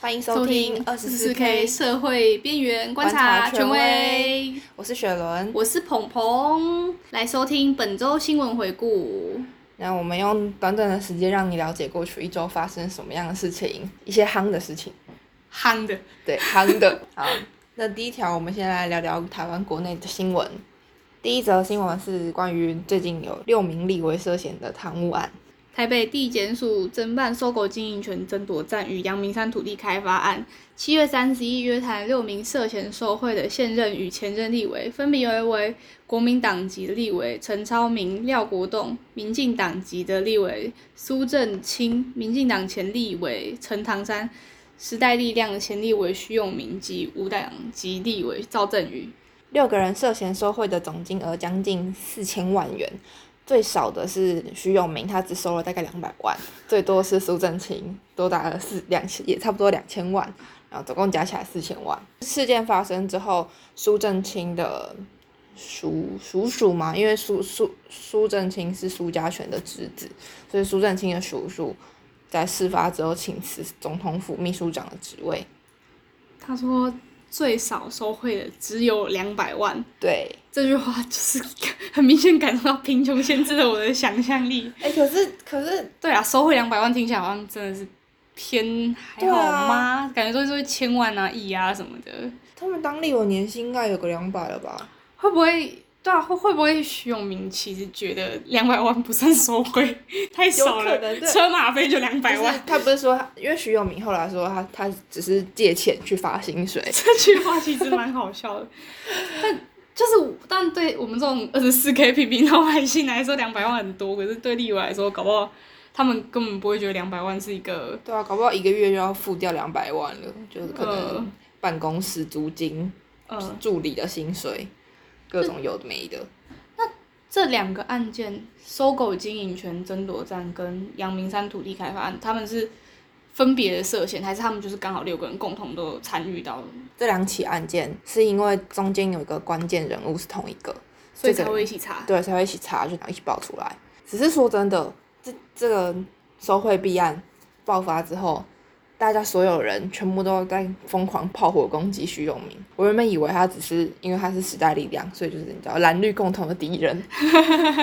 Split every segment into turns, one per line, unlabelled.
欢迎收听二十四 K，
社会边缘观察权威，
我是雪伦。
我是鹏鹏，来收听本周新闻回顾。
那我们用短短的时间让你了解过去一周发生什么样的事情，一些夯的事情，
夯的，
对， 夯的。好，那第一条，我们先来聊聊台湾国内的新闻。第一则新闻是关于最近有六名立委涉嫌的贪污案。
台北地检署侦办收购经营权争夺战与阳明山土地开发案，七月三十一约谈六名涉嫌受贿的现任与前任立委，分别为国民党籍立委陈超明、廖国栋，民进党籍的立委苏正清，民进党前立委陈唐山，时代力量前立委徐永明及无党籍立委赵振宇。
六个人涉嫌收贿的总金额将近四千万元，最少的是徐永明，他只收了大概两百万，最多是苏正清，多达了四两千，也差不多两千万，然后总共加起来四千万。事件发生之后，苏正清的叔叔叔嘛，因为苏苏苏正清是苏家全的侄子，所以苏正清的叔叔在事发之后请辞总统府秘书长的职位。
他说最少收贿的只有两百万，
对，
这句话就是很明显感受到贫穷限制了我的想象力。
哎、可是可是
对啊，收回两百万听起来好像真的是偏还好吗？感觉都是千万啊、亿啊什么的，
他们当立委年薪应该有个两百了吧？
会不会？对啊，会会不会徐永明其实觉得两百万不算收回， 太
有
少
可能
了，
对
车马费就两百
就
万，
是。他不是说他，因为徐永明后来说他他只是借钱去发薪水
这句话其实蛮好笑 的，但就是，但对我们这种二十四 K 平民老百姓来说，两百万很多，可是对立委来说，搞不好他们根本不会觉得两百万是一个
对啊，搞不好一个月就要付掉两百万了，就是可能
嗯
办公室租金、
呃。
助理的薪水，各种有的没的。
这两个案件，收购经营权争夺战跟阳明山土地开发案，他们是分别的涉嫌，还是他们就是刚好六个人共同都有参与到，
这两起案件是因为中间有一个关键人物是同一个，
所以
这
才
个
会一起查？
对，才会一起查，就一起爆出来。只是说真的，这这个收贿弊案爆发之后，大家所有人全部都在疯狂炮火攻击徐永明。我原本以为他只是因为他是时代力量，所以就是你知道蓝绿共同的敌人。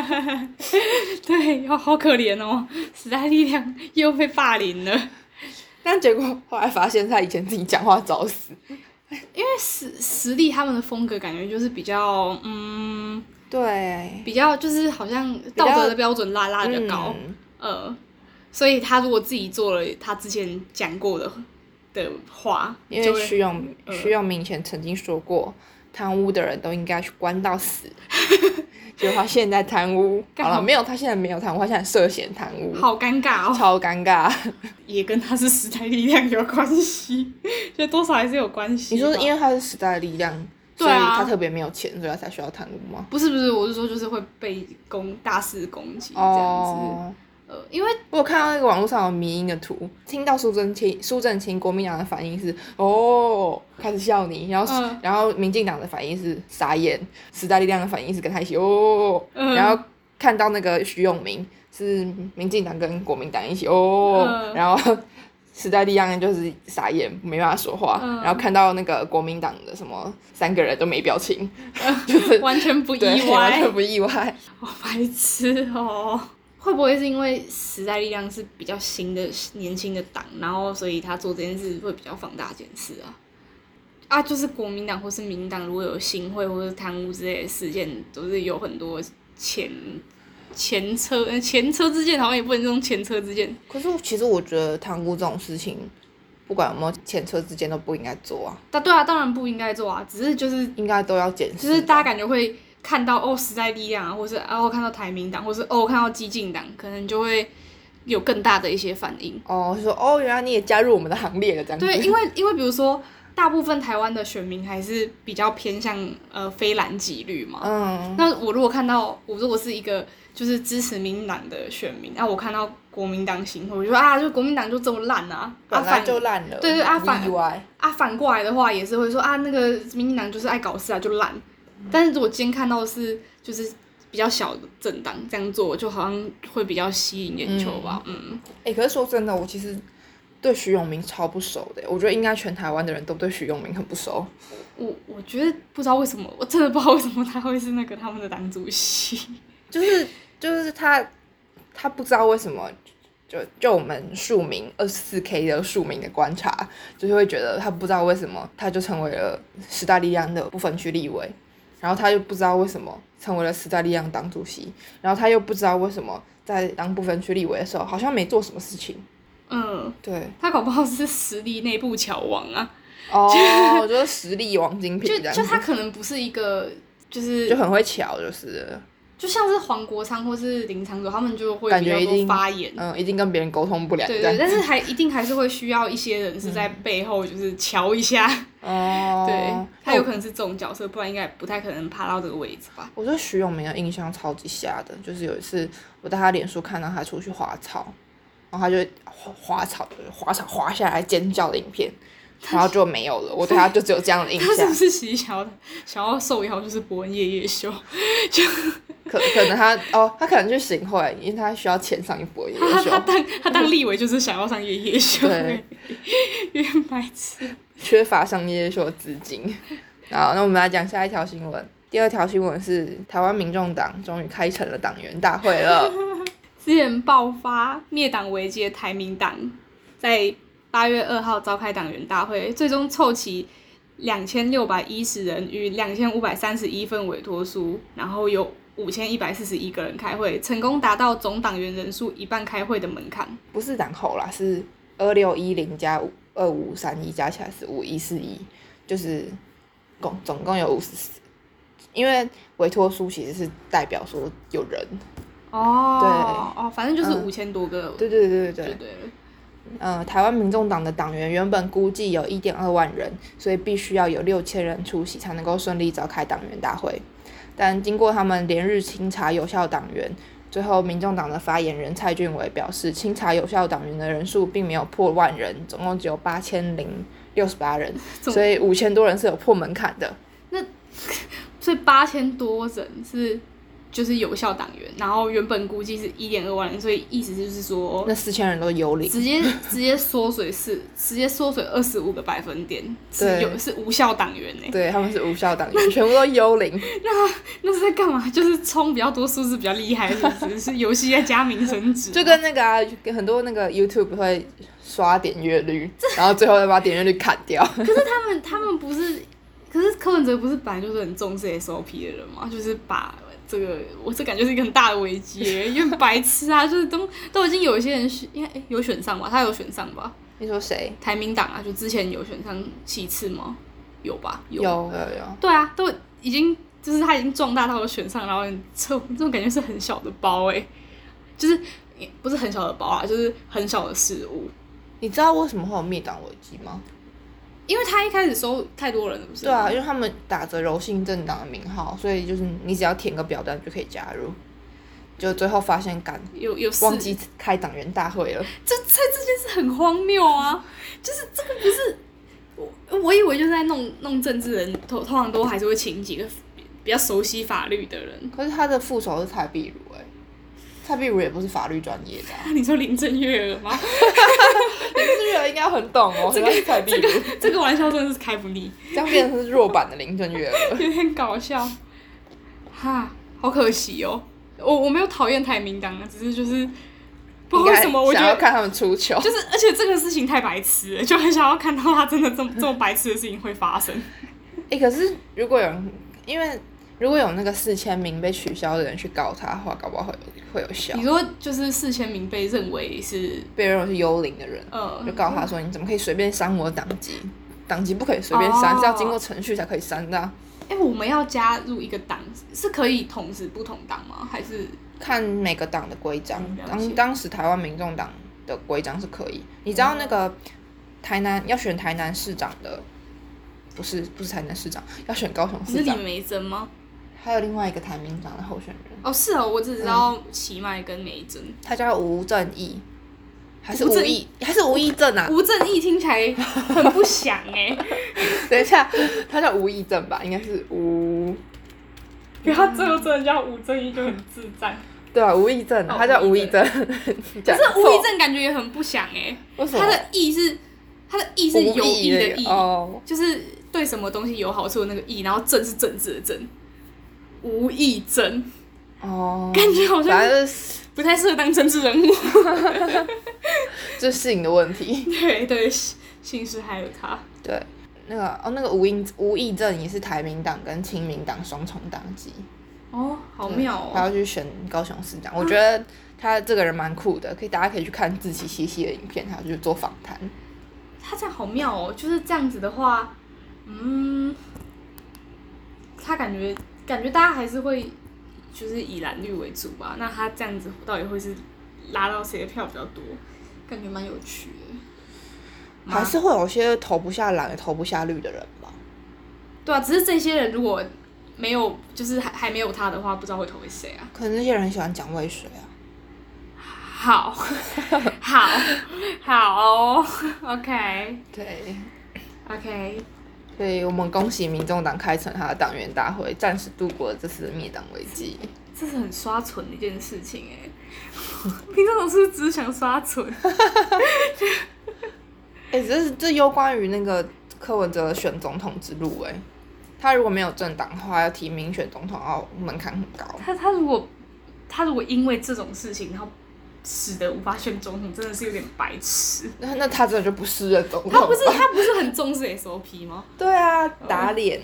对，好好可怜哦，时代力量又被霸凌了。
但结果后来发现他以前自己讲话找死。
实实力他们的风格感觉就是比较，嗯，
对，
比较就是好像道德的标准拉拉的比较高，
嗯
呃，所以他如果自己做了他之前讲过的的话，
因
就
为
会
徐永
呃
徐永明以前曾经说过，贪污的人都应该去关到死。 结果他现在贪污，
干
好了，
嘛
没有，他现在没有贪污，他现在涉嫌贪污，
好尴尬哦，
超尴尬。
也跟他是时代力量有关系， 就多少还是有关 系
你
吧。
说因为他是时代力量，所
对
以
啊
他特别没有钱，所以他才需要贪污吗？
不是不是，我是说就是会被攻大肆攻击这样子，
哦，
呃，因为
我有看到那个网络上有迷因的图，听到苏正清苏正清国民党的反应是哦，开始笑你，然后、
嗯
然后民进党的反应是傻眼，时代力量的反应是跟他一起哦，
嗯
然后看到那个徐永明是民进党跟国民党一起哦，
嗯
然后。时代力量就是傻眼，没办法说话，
嗯
然后看到那个国民党的什么三个人都没表情，
嗯
就是
完全不意
对完
外，
全不意外。
好白痴哦！会不会是因为时代力量是比较新的、年轻的党，然后所以他做这件事会比较放大检视啊？啊，就是国民党或是民党如果有行贿或者贪污之类的事件，都是有很多前前车呃前车之鉴，好像也不能用前车之鉴。
可是其实我觉得贪污这种事情，不管有没有前车之鉴都不应该做啊，
但对啊，当然不应该做啊，只是就是
应该都要检视吧。
就是大家感觉会看到哦时代力量啊，或是啊哦看到台民党，或是哦看到激进党，可能就会有更大的一些反应。
哦，就说哦，原来你也加入我们的行列了，这样子。
对，因为因为比如说，大部分台湾的选民还是比较偏向呃非蓝即绿嘛。
嗯，
那我如果看到我如果是一个就是支持民进党的选民，那、我看到国民党行贿，我就说啊，就国民党就这么烂啊，啊
本来
反
就烂了，
对对啊
不
反
意外。
啊反过来的话也是会说啊，那个民进党就是爱搞事啊，就烂。
嗯
但是如果今天看到的是就是比较小的政党这样做，就好像会比较吸引眼球吧，嗯
哎、可是说真的，我其实对徐永明超不熟的，我觉得应该全台湾的人都对徐永明很不熟。
我我觉得不知道为什么，我真的不知道为什么他会是那个他们的党主席。
就是就是他他不知道为什么，就就我们庶民二十四 K 的庶民的观察，就是会觉得他不知道为什么他就成为了斯大利安的不分区立委，然后他又不知道为什么成为了斯大利安党主席，然后他又不知道为什么在当不分区立委的时候好像没做什么事情。
嗯，
对，
他搞不好是实力内部桥王 啊，
哦，我觉得实力王金平
就
这样
就
子，
他可能不是一个，就是
就很会巧，就是了
就像是黄国昌或是林长佐，他们就会
感
比
觉
较
一
多
定
发言。
嗯，已经跟别人沟通不了这
对
样。嗯
对，但是还一定还是会需要一些人是在背后就是瞧一下，
哦，
对
那
他有
我
可能是这种角色，不然应该不太可能爬到这个位置吧。
我对徐永明的印象超级瞎的，就是有一次我在他脸书看到他出去滑草，然后他就滑滑草滑草滑下来尖叫的影片，然后就没有了。我对他就只有 这样的印
他是不
象，
是其实想要想要受邀就是伯恩夜夜秀？
可可能他哦，他可能去行贿，因为他需要钱上一波优
他
秀
他，当他当立委就是想要上夜夜秀，
对，
因为白痴。
缺乏上优秀的资金。好，那我们来讲下一条新闻。第二条新闻是台湾民众党终于开成了党员大会了。
之前爆发灭党危机的台民党，在八月二号召开党员大会，最终凑齐两千六百一十人与两千五百三十一份委托书，然后有五千一百四十一个人开会，成功达到总党员人数一半开会的门槛。
不是然后啦，是二六一零加五二五三一加起来是五一四一，就是共总共有五十四。因为委托书其实是代表说有人，
哦，哦，反正就是
嗯
五千多个，
对对对对
对
对，
对了。
呃，台湾民众党的党员原本估计有一点二万人，所以必须要有六千人出席才能够顺利召开党员大会。但经过他们连日清查有效党员，最后民众党的发言人蔡俊伟表示，清查有效党员的人数并没有破万人，总共只有八千零六十八人，
总
所以五千多人是有破门槛的。
所以八千多人是就是有效党员，然后原本估计是一点二万人，所以意思就是说
那四千人都幽灵，
直接直接缩水是直接缩水二十五个百分点，是
对
有是无效党员呢、欸
对，他们是无效党员，全部都幽灵。
那是在干嘛？就是冲比较多，数字比较厉害，是不是？是游戏在加名升 值吗，
就跟那个啊，跟很多那个 YouTube 会刷点阅率，然后最后再把点阅率砍掉。
他们他们不是，可是柯文哲不是本来就是很重视 SOP 的人嘛，就是把这个，我这感觉是一个很大的危机耶，因为很白痴啊， 就是都都已经有一些人选，应该、诶有选上吧，他有选上吧，
你说谁？
台民党啊，就之前有选上其次吗？有吧，
有有有，
对啊，都已经就是他已经壮大到了选上，然后很 这种这种感觉是很小的包哎、就是也不是很小的包啊，就是很小的事物。
你知道为什么会有灭党危机吗？
因为他一开始收太多人了，不是
对
吗？
啊，因为他们打着柔性政党的名号，所以就是你只要填个表单就可以加入，就最后发现干
有有四
忘记开党员大会 了。
这这这件事很荒谬啊！就是这个不是我，我以为就是在弄弄政治人，通通常都还是会请几个比较熟悉法律的人。
可是他的副手是蔡碧如哎、蔡碧如也不是法律专业的、 啊，
那你说林郑月娥吗？
林志远应该很懂哦， 这个是蔡碧如，
这个玩笑真的是开不利，
这样变成是弱版的林郑月娥。
有点搞笑。哈，好可惜哦，我我没有讨厌台民党啊，只是就是 不知道为什么，我觉
想要
得。
看他们出糗？
就是，而且这个事情太白痴了，就很想要看到他真的这么这么白痴的事情会发生。
哎、可是如果有人，因为如果有那个四千名被取消的人去告他的话，搞不好会有会有效
你。说，就是四千名被认为是
被认为是幽灵的人，
呃
就告他说你怎么可以随便删我的党籍？党籍不可以随便删，
哦
是要经过程序才可以删的啊、
哎、我们要加入一个党，是可以同时不同党吗？还是
看每个党的规章
嗯了，解
当当时台湾民众党的规章是可以。你知道那个台南要选台南市长的，不是不是台南市长，要选高雄
你是
市
李
长，
梅珍吗？
还有另外一个台民党的候选人，
哦，是哦，我
嗯
只知道齐麦跟梅珍。
他叫吴正义，还是
吴
吴
正
义，还是吴义正啊？
吴正义听起来很不祥 哎、
等一下，他叫吴义正吧？应该是吴
不要最后真的叫吴正义就很智障。
对啊，吴益政啊，
哦
他叫
吴
吴
益
益政。
可
可
是无意症感觉也很不祥哎、
为什么
他的意是他的意是有意的意，
哦，
就是对什么东西有好处的那个意，然后政是政治的政，无意症
哦，
感觉好像
反
是
正就是
不太适合当政治人物。
就是性的问题。
对对，姓氏还有他。
对，那个哦，那个吴益吴益政也是台民党跟亲民党双重党籍，
哦，好妙
他
哦！
要去选高雄市长。我觉得他这个人蛮酷的，可以大家可以去看自己西西的影片，他就做访谈。
他这样好妙哦，就是这样子的话，嗯，他感觉感觉大家还是会就是以蓝绿为主吧。那他这样子到底会是拉到谁的票比较多？感觉蛮有趣的。
还是会有些投不下蓝、也投不下绿的人吧。
对啊，只是这些人如果没有，就是还还没有他的话，不知道会投给谁啊。
可能那些人很喜欢蒋渭水啊。
好，好，好哦，OK，OK。
对，所以我们恭喜民众党开成他的党员大会，暂时度过了这次的灭党危机。
这是很刷存的一件事情哎、 平常总是不是只想刷存，
哎、这是这攸关于那个柯文哲选总统之路哎、他如果没有政党的话，要提名选总统，要门槛很高。
他他如果他如果因为这种事情，然后使得无法选总统，真的是有点白痴。
那那他真的就不是任总统吧。
他不是他不是很重视 SOP 吗？
对啊，打脸，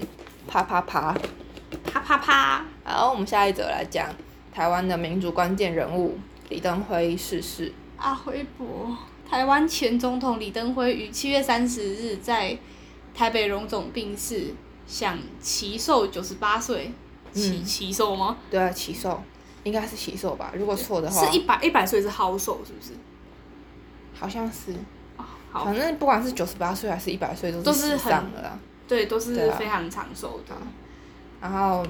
啪啪啪。
啪啪啪！
好，我们下一则来讲台湾的民主关键人物李登辉逝世。
阿辉伯，台湾前总统李登辉于七月三十日在台北荣总病逝，享其寿九十八岁。其
嗯
其寿吗？
对啊，奇兽，应该是奇兽吧？如果错的话，
是一百一百岁是好寿是不是？
好像是，
哦，好
反，正不管是九十八岁还是一百岁，都
都
是
是
死上了啦。
对，都是
对啊
非常长寿的。
然后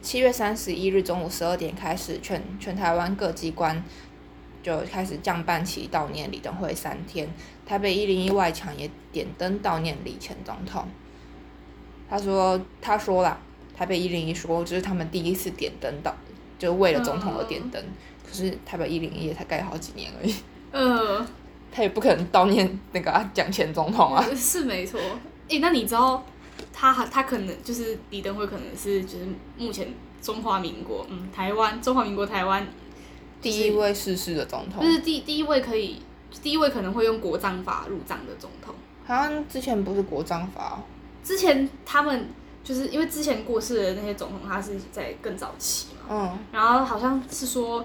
七月三十一日中午十二点开始，全全台湾各机关就开始降半旗悼念李登辉三天。台北一零一外墙也点灯悼念李前总统。他说，他说啦，台北一零一说，这是他们第一次点灯悼，就为了总统而点灯。可是台北一零一也才盖好几年而已，
呃，
他也不可能悼念那个啊蒋、前总统啊。
是没错。诶，那你知道他他可能就是李登辉，可能是就是目前中华民国，嗯，台湾中华民国台湾
第一位逝世的总统
就，是第第一位可以第一位可能会用国葬法入葬的总统。
好像之前不是国葬法、哦。
之前他们就是因为之前过世的那些总统，他是在更早期嘛，
嗯，
然后好像是说，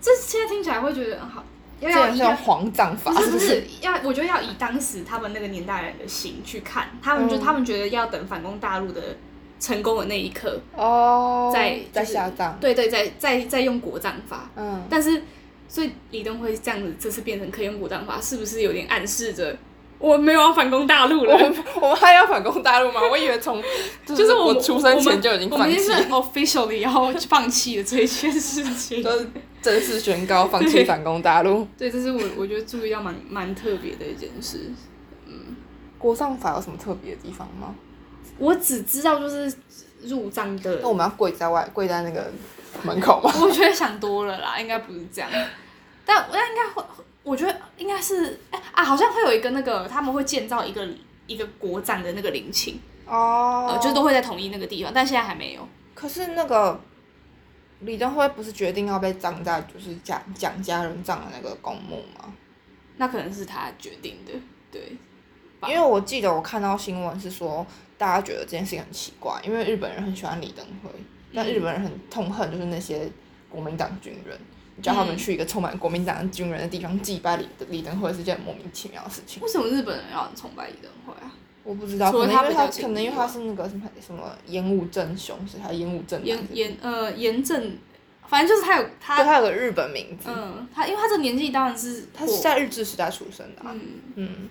这现在听起来会觉得啊好要
这
要
也是
要
用黄葬法，
不是
是
不
不
是？要，我觉得要以当时他们那个年代人的心去看，他们就、
嗯
他们觉得要等反攻大陆的成功的那一刻，
哦，
再
再
就是
下葬，
对对，再再再用国葬法。
嗯，
但是，所以李登辉这样子这次变成可以用国葬法，是不是有点暗示着我没有要反攻大陆
我
了？
们我们还要反攻大陆吗？我以为从 就
就是
我
们
出生前就已经
我们
放
已经
弃
是，officially 要放弃了这一件事情。
就是正式宣告放
对
弃反攻大陆。
对，这是我我觉得注意到蛮蛮特别的一件事。
国葬法有什么特别的地方吗？
我只知道就是入葬的
那我们要跪在外，跪在那个门口吗？
我觉得想多了啦，应该不是这样。但但应该会，我觉得应该是哎、啊，好像会有一个那个他们会建造一个一个国葬的那个陵寝，
哦
呃，就是都会在统一那个地方，但现在还没有。
可是那个李登辉不是决定要被葬在就是蒋蒋家人葬的那个公墓吗？
那可能是他决定的，对，吧
因为我记得我看到新闻是说，大家觉得这件事情很奇怪，因为日本人很喜欢李登辉，
嗯
但日本人很痛恨就是那些国民党军人，你叫他们
嗯
去一个充满国民党军人的地方祭拜李李登辉是件莫名其妙的事情。
为什么日本人要很崇拜李登辉啊？
我不知道，
除了
可能因
他
为
比较
他
亲
可能因为
以外
他是那个什么什么烟雾正雄，是他烟雾正男
严
是不是
严呃严正，反正就是他有
对，
他
他有个日本名字，
嗯他，因为他这个年纪当然是
他是
过
在日治时代出生的、啊。
嗯
嗯，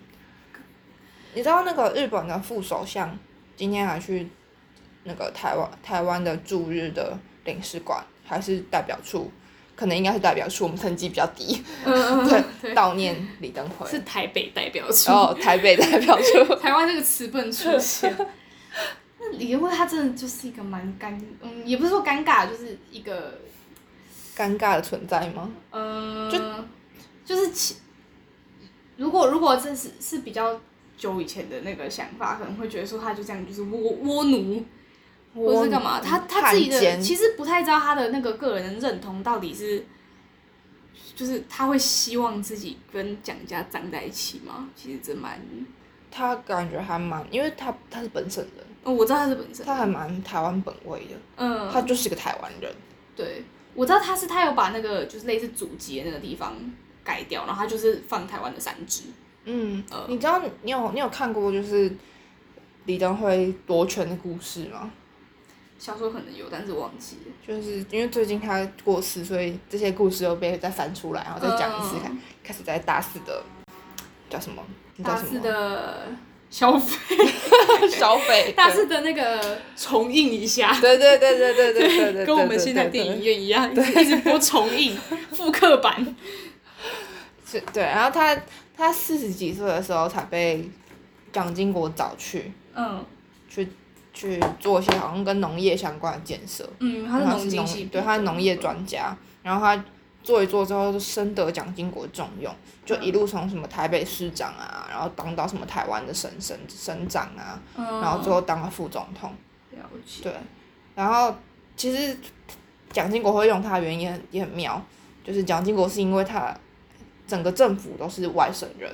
你知道那个日本的副首相今天还去那个台湾台湾的驻日的领事馆还是代表处，可能应该是代表处，我们成绩比较低，
嗯嗯
对，悼念李登辉。
是台北代表处
然后台北代表处，
台湾这个词不能出现。那李登辉他真的就是一个蛮尴，嗯，也不是说尴尬，就是一个
尴尬的存在吗？
嗯，就就是其如果如果这是是比较久以前的那个想法，可能会觉得说他就这样就是窝窝奴， 或是干
嗯
嘛？他他自己
汉
的
奸
其实不太知道他的那个个人的认同到底是，就是他会希望自己跟蒋家站在一起吗？其实这蛮，
他感觉还蛮，因为他他是本省人，
哦我知道他是本身，
他还蛮台湾本位的，
嗯，
他就是个台湾人。
对，我知道他是他有把那个就是类似祖籍的那个地方改掉，然后他就是放台湾的三只，
嗯
呃，
你知道你有你有看过就是李登辉夺权的故事吗？
小时候可能有，但是忘记了。
就是因为最近他过世，所以这些故事又被再翻出来，然后
呃
再讲一次，看、开始在大四的叫什么？那叫
大
什
四
么？
的消费，
消费。
大四的那个重映一下，
对对对对对对对对，
跟我们
对
现在
对
电影
对
院一样，一直播重映复刻版。
是，对。然后他他四十几岁的时候才被蒋经国找去
嗯
去去做一些好像跟农业相关的建设。
嗯，他是
然后
农经系，
对，他是农业，专家，然后他做一做之后，就深得蒋经国重用，就
嗯
一路从什么台北市长啊，然后当到什么台湾的省省省长啊，
嗯，
然后最后当了副总统，
了解，
对，然后其实蒋经国会用他的原因也很也很妙，就是蒋经国是因为他整个政府都是外省人，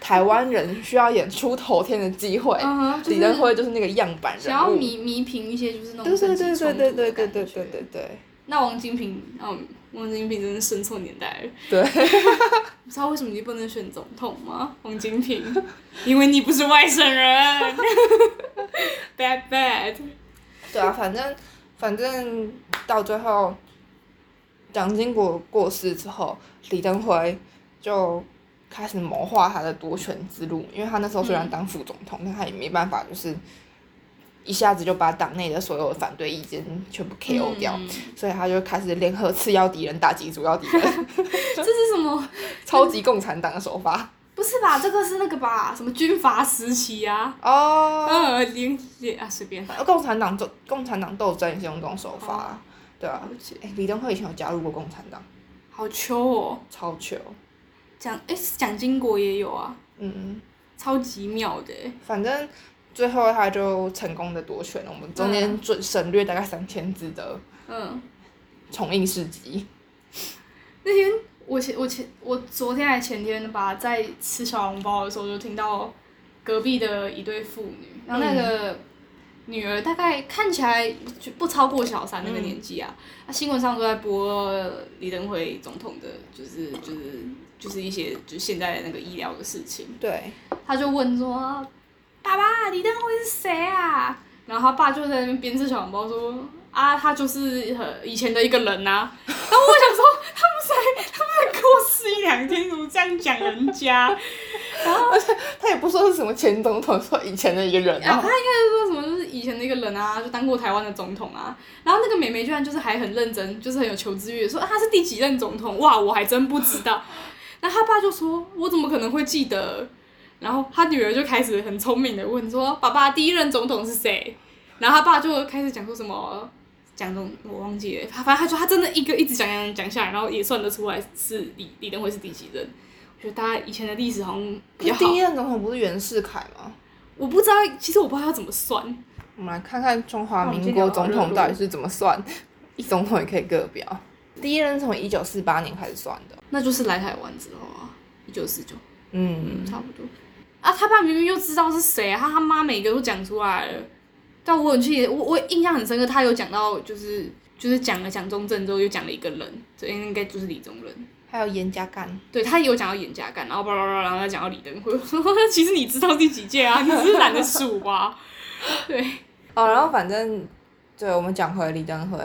台湾人需要演出头天的机会，
嗯哼，就
李登
是
辉就是那个样板人
想要
物，
弥弥平一些就是那
对对
种政
对
治
对
冲
对
突
对
的
对
感
对
觉。
对对对。
那王金平，嗯，王金平真是生错年代了。
对，
不知道为什么你不能选总统吗？王金平，因为你不是外省 人。bad bad。
对啊，反正反正到最后，蒋经国过世之后，李登辉就开始谋划他的夺权之路。因为他那时候虽然当副总统，但他也没办法，就是一下子就把党内的所有反对意见全部 KO 掉，
嗯
所以他就开始联合次要敌人打击主要敌人，
这是什么？
超级共产党的手法。
不是吧？这个是那个吧？什么军阀时期啊？
哦、
呃，连连啊，随便。
呃共产党斗共产党斗争也是用这种手法啊，对啊
了。解
哎、李登辉以前有加入过共产党，
好秋哦，
超糗。
蒋哎，蒋经国也有啊，
嗯，
超级妙的欸。
反正最后他就成功的夺权了。我们中间准省略大概三千字的
嗯，
重映事迹。
那天我前我前我昨天还前天吧，在吃小笼包的时候就听到隔壁的一对父女，然后那个女儿大概看起来就不超过小三那个年纪啊，那、新闻上都在播李登辉总统的，就是就是就是一些就是现在的那个医疗的事情，
对，
他就问说：“爸爸，李登辉是谁啊？”然后他爸就在那边边吃小笼包说：“啊，他就是呃以前的一个人呐、啊。” 然后我想说，他们才他们才过世一两天，怎么这样讲人家？
他也不说是什么前总统，说以前的一个人
然后
啊
他。应该就说什么就是以前的一个人啊，就当过台湾的总统啊。然后那个美眉居然就是还很认真，就是很有求知欲，说、啊、他是第几任总统？哇，我还真不知道。 然后他爸就说：“我怎么可能会记得？”然后他女儿就开始很聪明的问说：“爸爸，第一任总统是谁？”然后他爸就开始讲说什么。讲总我忘记了，他反正他说他真的一个一直讲讲讲下来，然后也算得出来是李李登辉是第几任。我觉得大家以前的历史好像比较好
第，一任总统不是袁世凯吗？
我不知道，其实我不知道要怎么算，
我们来看看中华民国总统到底是怎么算，一总统也可以各表。第一任是从一九四八年开始算的，
那就是来台湾之后啊，一九四九，
嗯，
差不多。啊，他爸明明就知道是谁啊，他他妈每个都讲出来了。但我很记得，我我印象很深刻，他有讲到就是就是讲了蒋中正之后，又讲了一个人，这应该就是李宗仁。
还有严家淦，
对他也有讲到严家淦，然后巴拉巴拉，然后再讲到李登辉。 我说其实你知道第几届啊？你只是懒得数吧。 对，
哦，然后反正对我们讲回李登辉，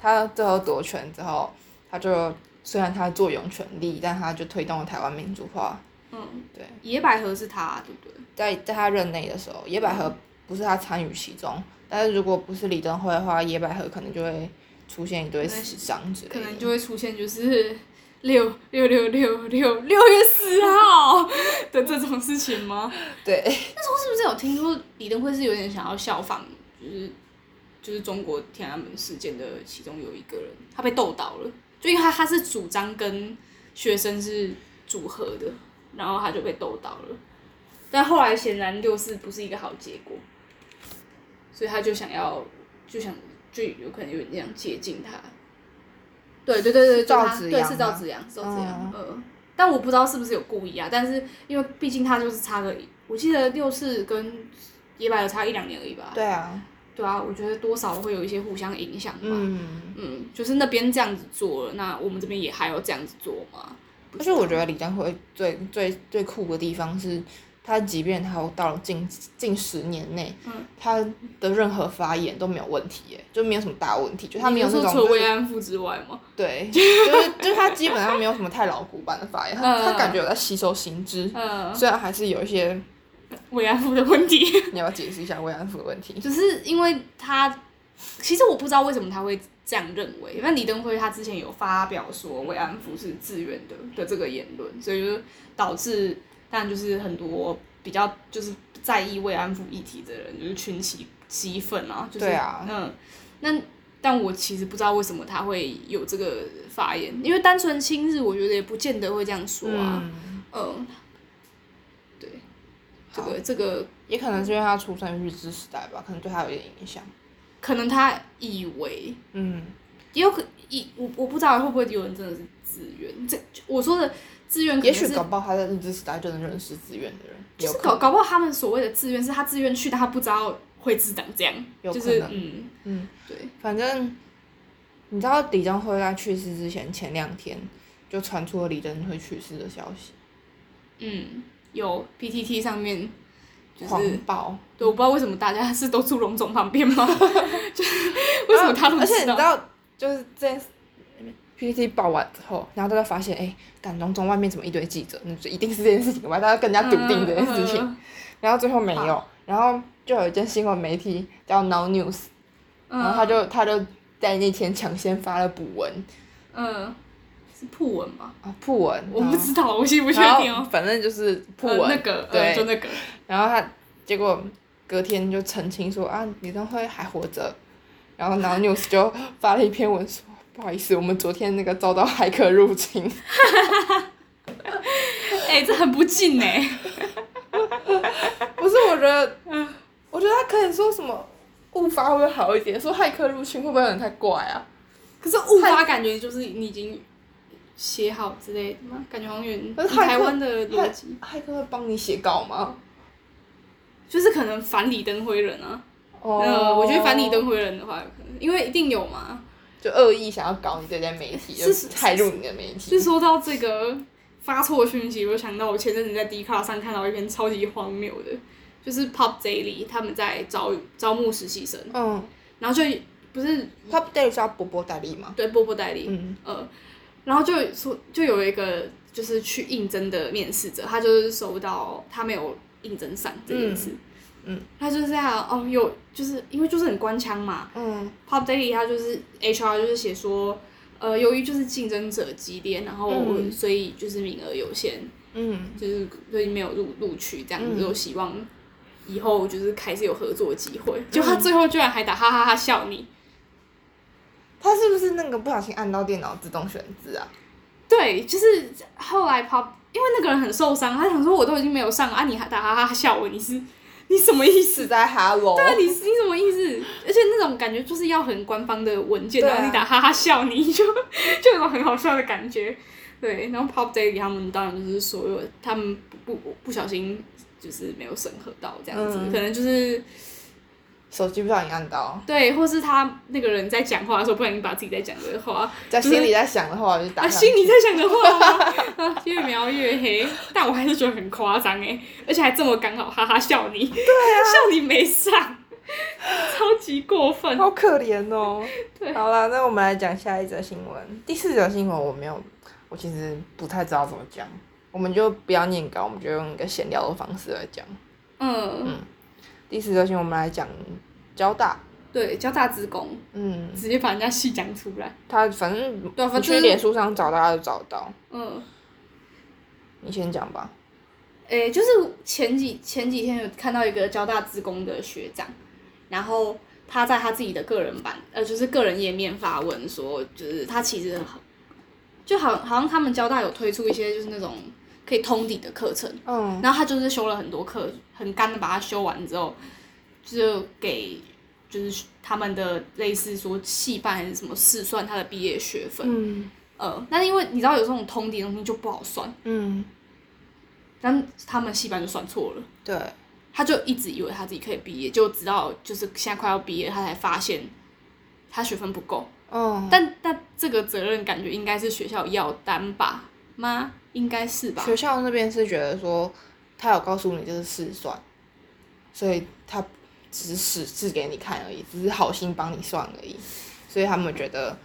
他最后夺权之后，他就虽然他坐拥权力，但他就推动了台湾民主化。
嗯，
对，
野百合是他，啊对不对？
在在他任内的时候，野百合不是他参与其中，但是如果不是李登辉的话，野百合可能就会出现一堆死伤之
可
类
能
的。
就会出现就是六六六六六六月 四号的这种事情吗？
对，
是不是有听说李登辉是有点想要效仿，就是就是中国天安门事件的其中有一个人，他被斗倒了，就因为他他是主张跟学生是组合的，然后他就被斗倒了。但后来显然六四不是一个好结果，所以他就想要就想就有可能有人这样接近他。对对对对，
是赵
就他
紫
对
阳
是
吗
赵紫阳，是赵紫
嗯，
阳呃，但我不知道是不是有故意啊，但是因为毕竟他就是差个，我记得六四跟野百合差一两年而已吧。
对啊，
对啊，我觉得多少会有一些互相影响吧。
嗯，
嗯，就是那边这样子做了，那我们这边也还要这样子做吗？
而
不知
且
道
我觉得李登辉最最最酷的地方是，他即便他到了近近十年内，
嗯
他的任何发言都没有问题，耶，就没有什么大问题，就他没有
你
那
就
种
说除啊了
就是
慰安妇之外吗？
对，就是就是他基本上没有什么太老古板的发言，他
嗯
他感觉有在吸收新知，
呃，
虽然还是有一些，
慰安妇的问题，
你要不要解释一下慰安妇的问题？
就是因为他，其实我不知道为什么他会这样认为。那李登辉他之前有发表说慰安妇是自愿的的这个言论，所以就导致，当然就是很多比较就是在意慰安妇议题的人就是群起激愤啊，就是
对啊
嗯，那但我其实不知道为什么他会有这个发言，因为单纯亲日，我觉得也不见得会这样说啊，
嗯，
嗯，对，这
好
个这个
也可能是因为他出生于日治时代吧，可能对他有一点影响。
可能他以为。
嗯，
也有可以，我我不知道会不会有人真的是自愿。这我说的自愿可
也
能
许
是，
搞不好他在日治时代就能认识自愿的人，
就
有
是
可
搞
能。
搞不好他们所谓的自愿是他自愿去，但他不知道会自长这样，
有
就
可
是
能
嗯
嗯，
对，
反正你知道李登辉在去世之前前两天就传出了李登辉去世的消息，
嗯有 PTT 上面就是
狂暴。
对，我不知道为什么大家是都住龙总旁边吗？ 就是 为什么他都
呃而且你
知
知
道？
道，就是这件事 PPT 爆完之后，然后大家发现，哎、感龙中外面怎么一堆记者？嗯，就一定是这件事情吧？大家更加笃定这件事情。
嗯
然后最后没有，然后就有一间新闻媒体叫 No News，、
嗯
然后他就他就在那天抢先发了补文
嗯是铺文吧？
啊，铺文，
我
然
不
后
知道，我信不确
然
定
后
哦。
反正就是铺文、
呃那个，
对，
呃，就那个，
然后他结果隔天就澄清说啊，李登辉还活着。然后，然后 news 就发了一篇文说，不好意思，我们昨天那个遭到骇客入侵。
哎、这很不敬哎、
不是，我觉得，我觉得他可以说什么误发会不会好一点？说骇客入侵会不会有点太怪啊？
可是误发感觉就是你已经写好之类的吗？感觉好像有点
可是
以
骇客
台湾的逻辑，
骇客会帮你写稿吗？
就是可能反李登辉人啊。
哦
呃，我觉得反李登辉人的话，有可能因为一定有嘛。
就恶意想要搞你这家媒体，就是是害入你的媒
就
体。
说到这个发错讯息，我就想到我前阵子在 d 卡上看到一篇超级荒谬的，就是 Pop Daily 他们在招招募实习生，
嗯，
然后就不是
他 day 是要波波代理吗？
对波波代理，
嗯
呃，然后就说就有一个就是去应征的面试者，他就是收到他没有应征上这件事，
嗯嗯
他就是这样哦，有就是因为就是很官腔嘛
嗯
，Pop Daily 他就是 HR 就是写说，呃，由于就是竞争者激烈，然后
嗯
所以就是名额有限，
嗯
就是所以没有录录取这样子，
嗯
就希望以后就是还是有合作机会，
嗯
就他最后居然还打哈哈哈笑你。
他是不是那个不小心按到电脑自动选字啊？
对，就是后来跑，因为那个人很受伤，他想说我都已经没有上了啊，你还打哈哈笑我，你是
哦
你什么
是
意思？
在 Hello，
对啊，你是你什么意思？而且那种感觉就是要很官方的文件，
对啊
然后你打哈哈笑你，就 就有种很好笑的感觉。对，然后 Pop Daily 他们当然就是所有他们不不不小心就是没有审核到这样子，
嗯
可能就是
手机不小心按到，
对，或是他那个人在讲话的时候不小心把自己在讲的话
在心里在想的话，我就打
啊，
上
心里在想的话吗，啊 越描越黑，但我还是觉得很夸张哎，而且还这么刚好，哈哈笑你，对啊， 笑你没上，超级过分。
好可怜哦。
对
好了，那我们来讲下一则新闻。第四则新闻我没有，我其实不太知道怎么讲，我们就不要念稿，我们就用一个闲聊的方式来讲。
嗯，
第四则新闻我们来讲交大，
对，交大职工
嗯，
直接把人家戏讲出来。
他反正
对啊反
你去
正
脸书上找大家都找到。
嗯，
你先讲吧。
诶、就是前几前几天有看到一个交大职工的学长，然后他在他自己的个人版，呃，就是个人页面发文说，就是他其实很就好好像他们交大有推出一些就是那种可以通底的课程，
嗯，
然后他就是修了很多课，很干的把它修完之后，就给就是他们的类似说系办还是什么试算他的毕业学分，
嗯
呃，但是因为你知道有这种通底的东西就不好算，
嗯，
但他们系办就算错了。嗯
对，
他就一直以为他自己可以毕业，就直到就是现在快要毕业，他才发现他学分不够。
嗯，
但但这个责任感觉应该是学校要担吧？吗？应该是吧？
学校那边是觉得说，他有告诉你这是试算，所以他只是试试给你看而已，只是好心帮你算而已，所以他们觉得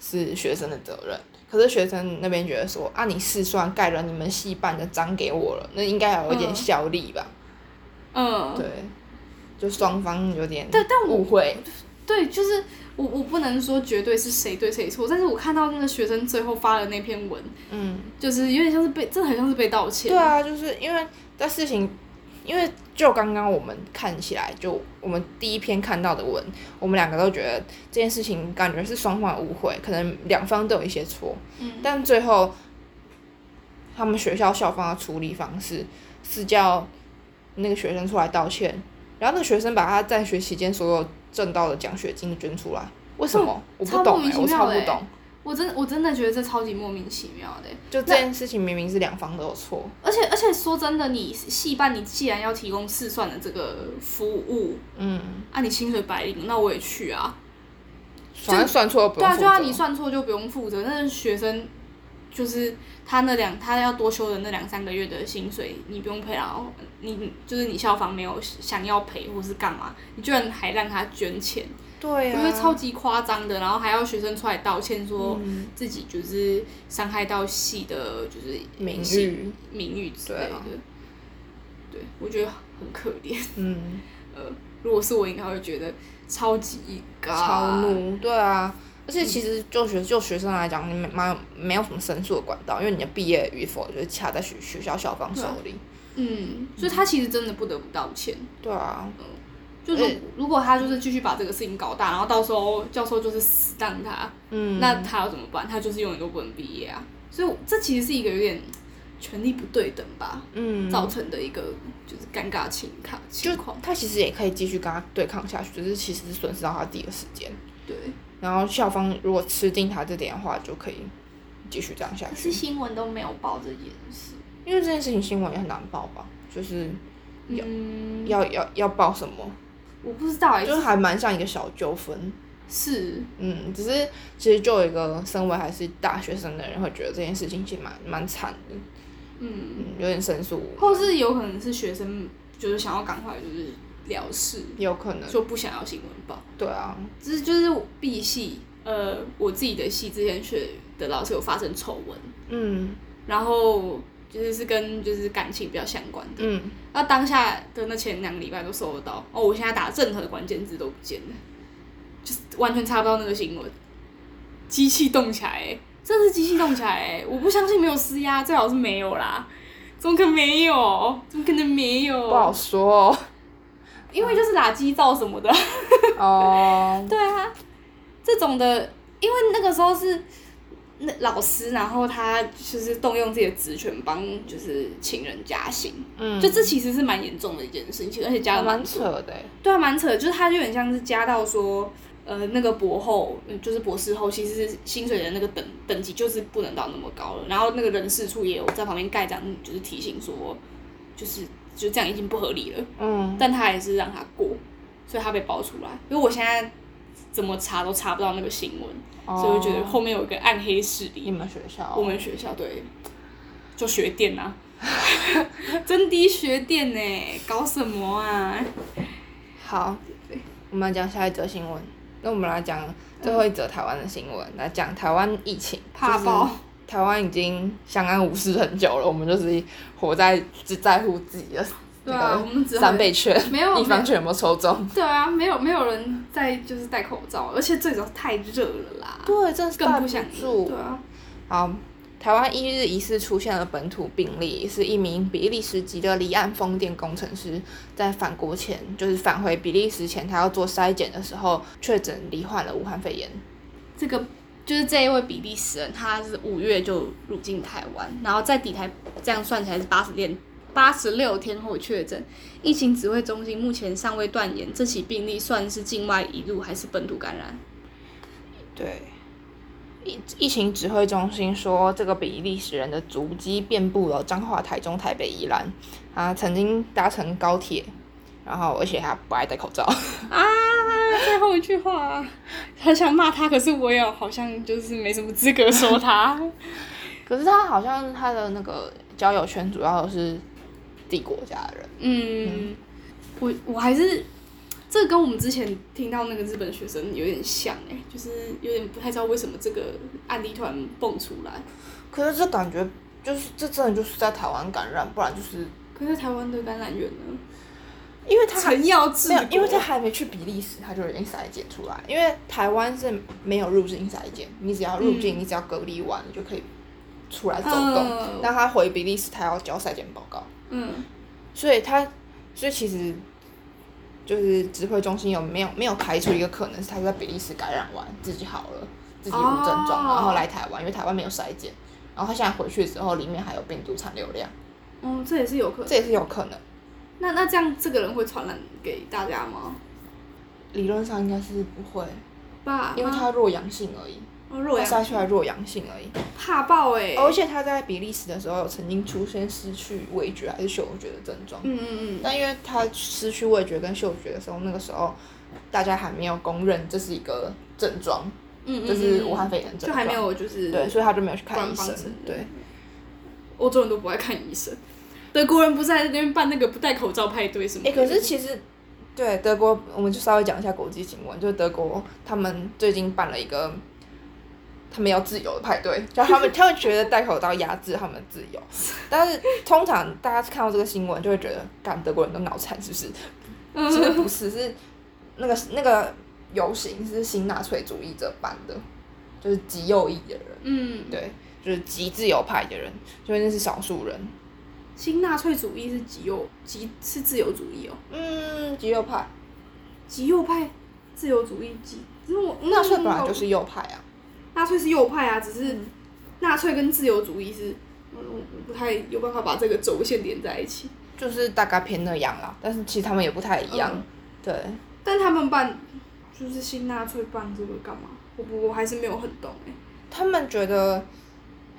是学生的责任。可是学生那边觉得说，啊，你试算盖了你们系办的章给我了，那应该要有一点
嗯
效力吧？
嗯，
对，就双方有点
但但我
误会，
对，就是我我不能说绝对是谁对谁错，但是我看到那个学生最后发的那篇文，
嗯。
就是有点像是被，真的很像是被道歉。
对，啊，就是因为这事情，因为就刚刚我们看起来，就我们第一篇看到的文，我们两个都觉得这件事情感觉是双方误会，可能两方都有一些错，
嗯，
但最后他们学校校方的处理方式是叫那个学生出来道歉，然后那个学生把他在学期间所有挣到的奖学金捐出来，为什么？我
哦超
不懂
莫
哎、
名其
我
妙
超
的
不
欸
懂。
我真我真的觉得这超级莫名其妙的欸。
就这件事情明明是两方都有错，
而且而且说真的，你戏办你既然要提供试算的这个服务，
嗯，
啊，你薪水白领，那我也去啊。
反正算错了不
对
用
啊，
负
就啊，
责
你算错就不用负责。那是学生就是他那两他要多修的那两三个月的薪水，你不用赔然后你就是你校方没有想要赔或是干嘛，你居然还让他捐钱，
对啊
我觉得超级夸张的。然后还要学生出来道歉，说
嗯
自己就是伤害到系的，就是
名
系
誉
名誉之类
对
的
啊。
对，我觉得很可怜。
嗯，
呃，如果是我，应该会觉得超级尬
超怒，对啊。而
嗯
且其实就学就学生来讲，你没没没有什么申诉的管道，因为你的毕业与否就是卡在学学校校方手里。
嗯，所以他其实真的不得不道歉。
对啊，
就如
嗯
如果他就是继续把这个事情搞大，然后到时候教授就是死当他，
嗯，
那他要怎么办？他就是永远都不能毕业啊！所以我这其实是一个有点权力不对等吧，
嗯，
造成的一个就是尴尬情卡情
就
况。
他其实也可以继续跟他对抗下去，只是其实是损失到他自己的时间。
对，
然后校方如果吃定他这点的话，就可以继续这样下
可是
去。
新闻都没有报这件事。
因为这件事情新闻也很难报吧，就是
嗯，
要要要报什么，
我不知道哎、
就是还蛮像一个小纠纷。
是
嗯，只是其实就有一个身为还是大学生的人，会觉得这件事情其实蛮蛮惨的，
嗯，
嗯，有点申诉，
或是有可能是学生就是想要赶快就是了事，
有可能，
就不想要新闻报。
对啊，
只是就是 B 系，呃，我自己的系之前学的老师有发生丑闻，
嗯
然后就是是跟就是感情比较相关的。
嗯，
那当下的那前两个礼拜都收得到，哦，我现在打任何关键字都不见了，就是完全查不到那个新闻。机器动起来、欸，真的是机器动起来、欸，我不相信没有施压，最好是没有啦，怎么可能没有？怎么可能没有？
不好说 哦
因为就是垃圾照什么的。
哦，
对啊，这种的，因为那个时候是那老师，然后他就是动用自己的职权帮就是情人加薪，
嗯，
就这其实是蛮严重的一件事情，而且加
还
的
蛮
扯，
扯的欸，
对啊，蛮扯，就是他就很像是加到说。呃，那个博后，嗯就是博士后，其实是薪水的那个等等级就是不能到那么高了。然后那个人事处也有在旁边盖章，就是提醒说，就是就这样已经不合理了。
嗯，
但他还是让他过，所以他被爆出来。因为我现在怎么查都查不到那个新闻，所以我觉得
哦
后面有一个暗黑势
你
力。
们学校哦，
我们学校对，就学电啊， 真的学电呢、搞什么啊？
好，我们来讲下一则新闻，那我们来讲最后一则台湾的新闻，来讲台湾疫情，
怕
就是
爆
台湾已经相安无事很久了，我们就是活在只在乎自己的
对啊我
那
们只
个
会
三倍券，
没有
一方券有没有抽中？
对啊，没有没有人在就是戴口罩，而且最主要是太热了啦，
对，真是
更
戴
不想
住
对。啊，
好，台湾一日疑似出现了本土病例，是一名比利时籍的离岸风电工程师，在返国前，就是返回比利时前，他要做筛检的时候，确诊罹患了武汉肺炎。
这个就是这一位比利时人，他是五月就入境台湾，然后在抵台这样算起来是八十天，八十六天后确诊。疫情指挥中心目前尚未断言这起病例算是境外移入还是本土感染。
对，疫疫情指挥中心说，这个比利时人的足迹遍布了彰化、台中、台北、宜兰，他曾经搭乘高铁，然后而且他不爱戴口罩。
啊，最后一句话，很想骂他，可是我也好像就是没什么资格说他。
可是他好像他的那个交友圈主要都是帝国家的人，
嗯，我我还是，这跟我们之前听到那个日本学生有点像哎、就是有点不太知道为什么这个案例突然蹦出来。
可是这感觉就是这真的就是在台湾感染，不然就是
可是台湾的感染源呢？
因为他还
陈耀志
没
国
有，因为他还没去比利时，他就已经筛检出来。因为台湾是没有入境筛检，你只要入境，
嗯
你只要隔离完，你就可以出来走
嗯
动。但他回比利时，他要交筛检报告，
嗯
所以他所以其实就是指挥中心有没有没有排除一个可能是他在比利时感染完自己好了，自己无症状，
哦
然后来台湾，因为台湾没有筛检。然后他现在回去之后，里面还有病毒残留量，
嗯，这也是有可
这
能。
也是有可能。
那那这样这个人会传染给大家吗？
理论上应该是不会，
爸，
因为他弱阳性而已，
哦弱
他筛
阳
出来弱阳性而已。
怕爆哎、
而且他在比利时的时候有曾经出现失去味觉还是嗅觉的症状，
嗯嗯嗯，
但因为他失去味觉跟嗅觉的时候，那个时候大家还没有公认这是一个症状，
嗯嗯，
就是
嗯
武汉肺炎症状，
就还没有就是
对，所以他就没有去看
官
医
方
生
承认，
对，，
欧洲人都不爱看医生。德国人不是在那边办那个不戴口罩派对什么
哎、
的？
可是其实对德国，我们就稍微讲一下国际新闻，就是德国他们最近办了一个。他们要自由的派对，然后他们他们觉得戴口罩压制他们的自由，但是通常大家看到这个新闻就会觉得，干德国人都脑残是不是？其实不是，是那个那个游行是新纳粹主义者办的，就是极右翼的人，
嗯，
对，就是极自由派的人，所以那是少数人，
新纳粹主义是极右极是自由主义哦，
嗯，极右派，
极右派自由主义极，只是我
纳粹本来
嗯
就是嗯右派啊。
纳粹是右派啊，只是纳粹跟自由主义是，我我我不太有办法把这个轴线连在一起。
就是大概偏那样啦，但是其实他们也不太一样。
嗯
对，
但他们办就是新纳粹办这个干嘛？我不我还是没有很懂哎、
他们觉得，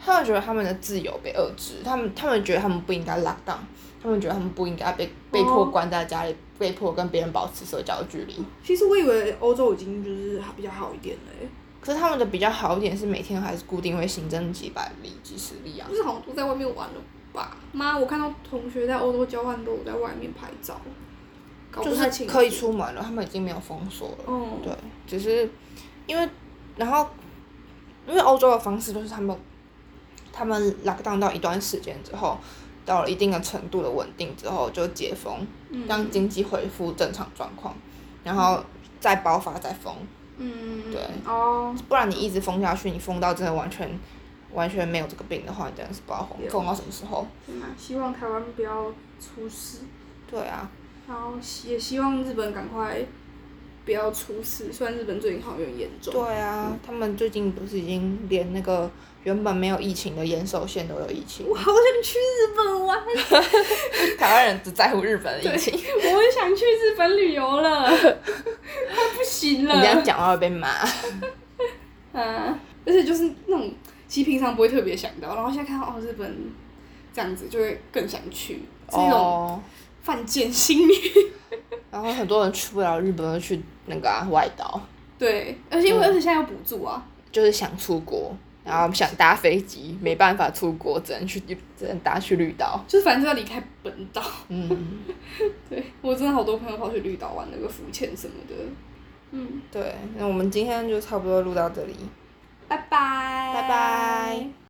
他们觉得他们的自由被遏制，他们他们觉得他们不应该 lock down，他们觉得他们不应该被被迫关在家里，被迫跟别人保持社交距离。
其实我以为欧洲已经就是比较好一点了、欸，
可是他们的比较好一点是每天还是固定会新增几百例、几十例啊
不。是好像都在外面玩了吧？妈，我看到同学在欧洲交换都有在外面拍照，搞
就
不太
是
清楚。
可以出门了，他们已经没有封锁了。
嗯
对，只是因为然后因为欧洲的方式就是他们他们 lockdown 到一段时间之后，到了一定的程度的稳定之后就解封，
嗯
让经济恢复正常状况，然后再爆发再封，
嗯，
对
哦，
不然你一直封下去，你封到真的完全完全没有这个病的话，你真的是不知道封
对哦
封到什么时候。
天哪希望台湾不要出事，
对啊，
然后也希望日本赶快不要出事。虽然日本最近好像有点严重，
对
嗯
啊，他们最近不是已经连那个原本没有疫情的岩手县都有疫情，
我好想去日本玩，
台湾人只在乎日本的疫情。
我也想去日本旅 游了， 快不行
你这样
了。
讲话会被骂。
嗯，而且就是那种其实平常不会特别想到，然后现在看到哦日本这样子，就会更想去，是一种
哦，
犯贱心理。
然后很多人去不了日本，就去那个、啊、外岛，
对，而且因为
嗯
而且现在有补助啊，
就是想出国，然后想搭飞机，没办法出国，只能去只能搭去绿岛。
就是反正就要离开本岛。
嗯，
对我真的好多朋友跑去绿岛玩那个浮潜什么的。嗯，
对，那我们今天就差不多录到这里。
拜拜，
拜拜。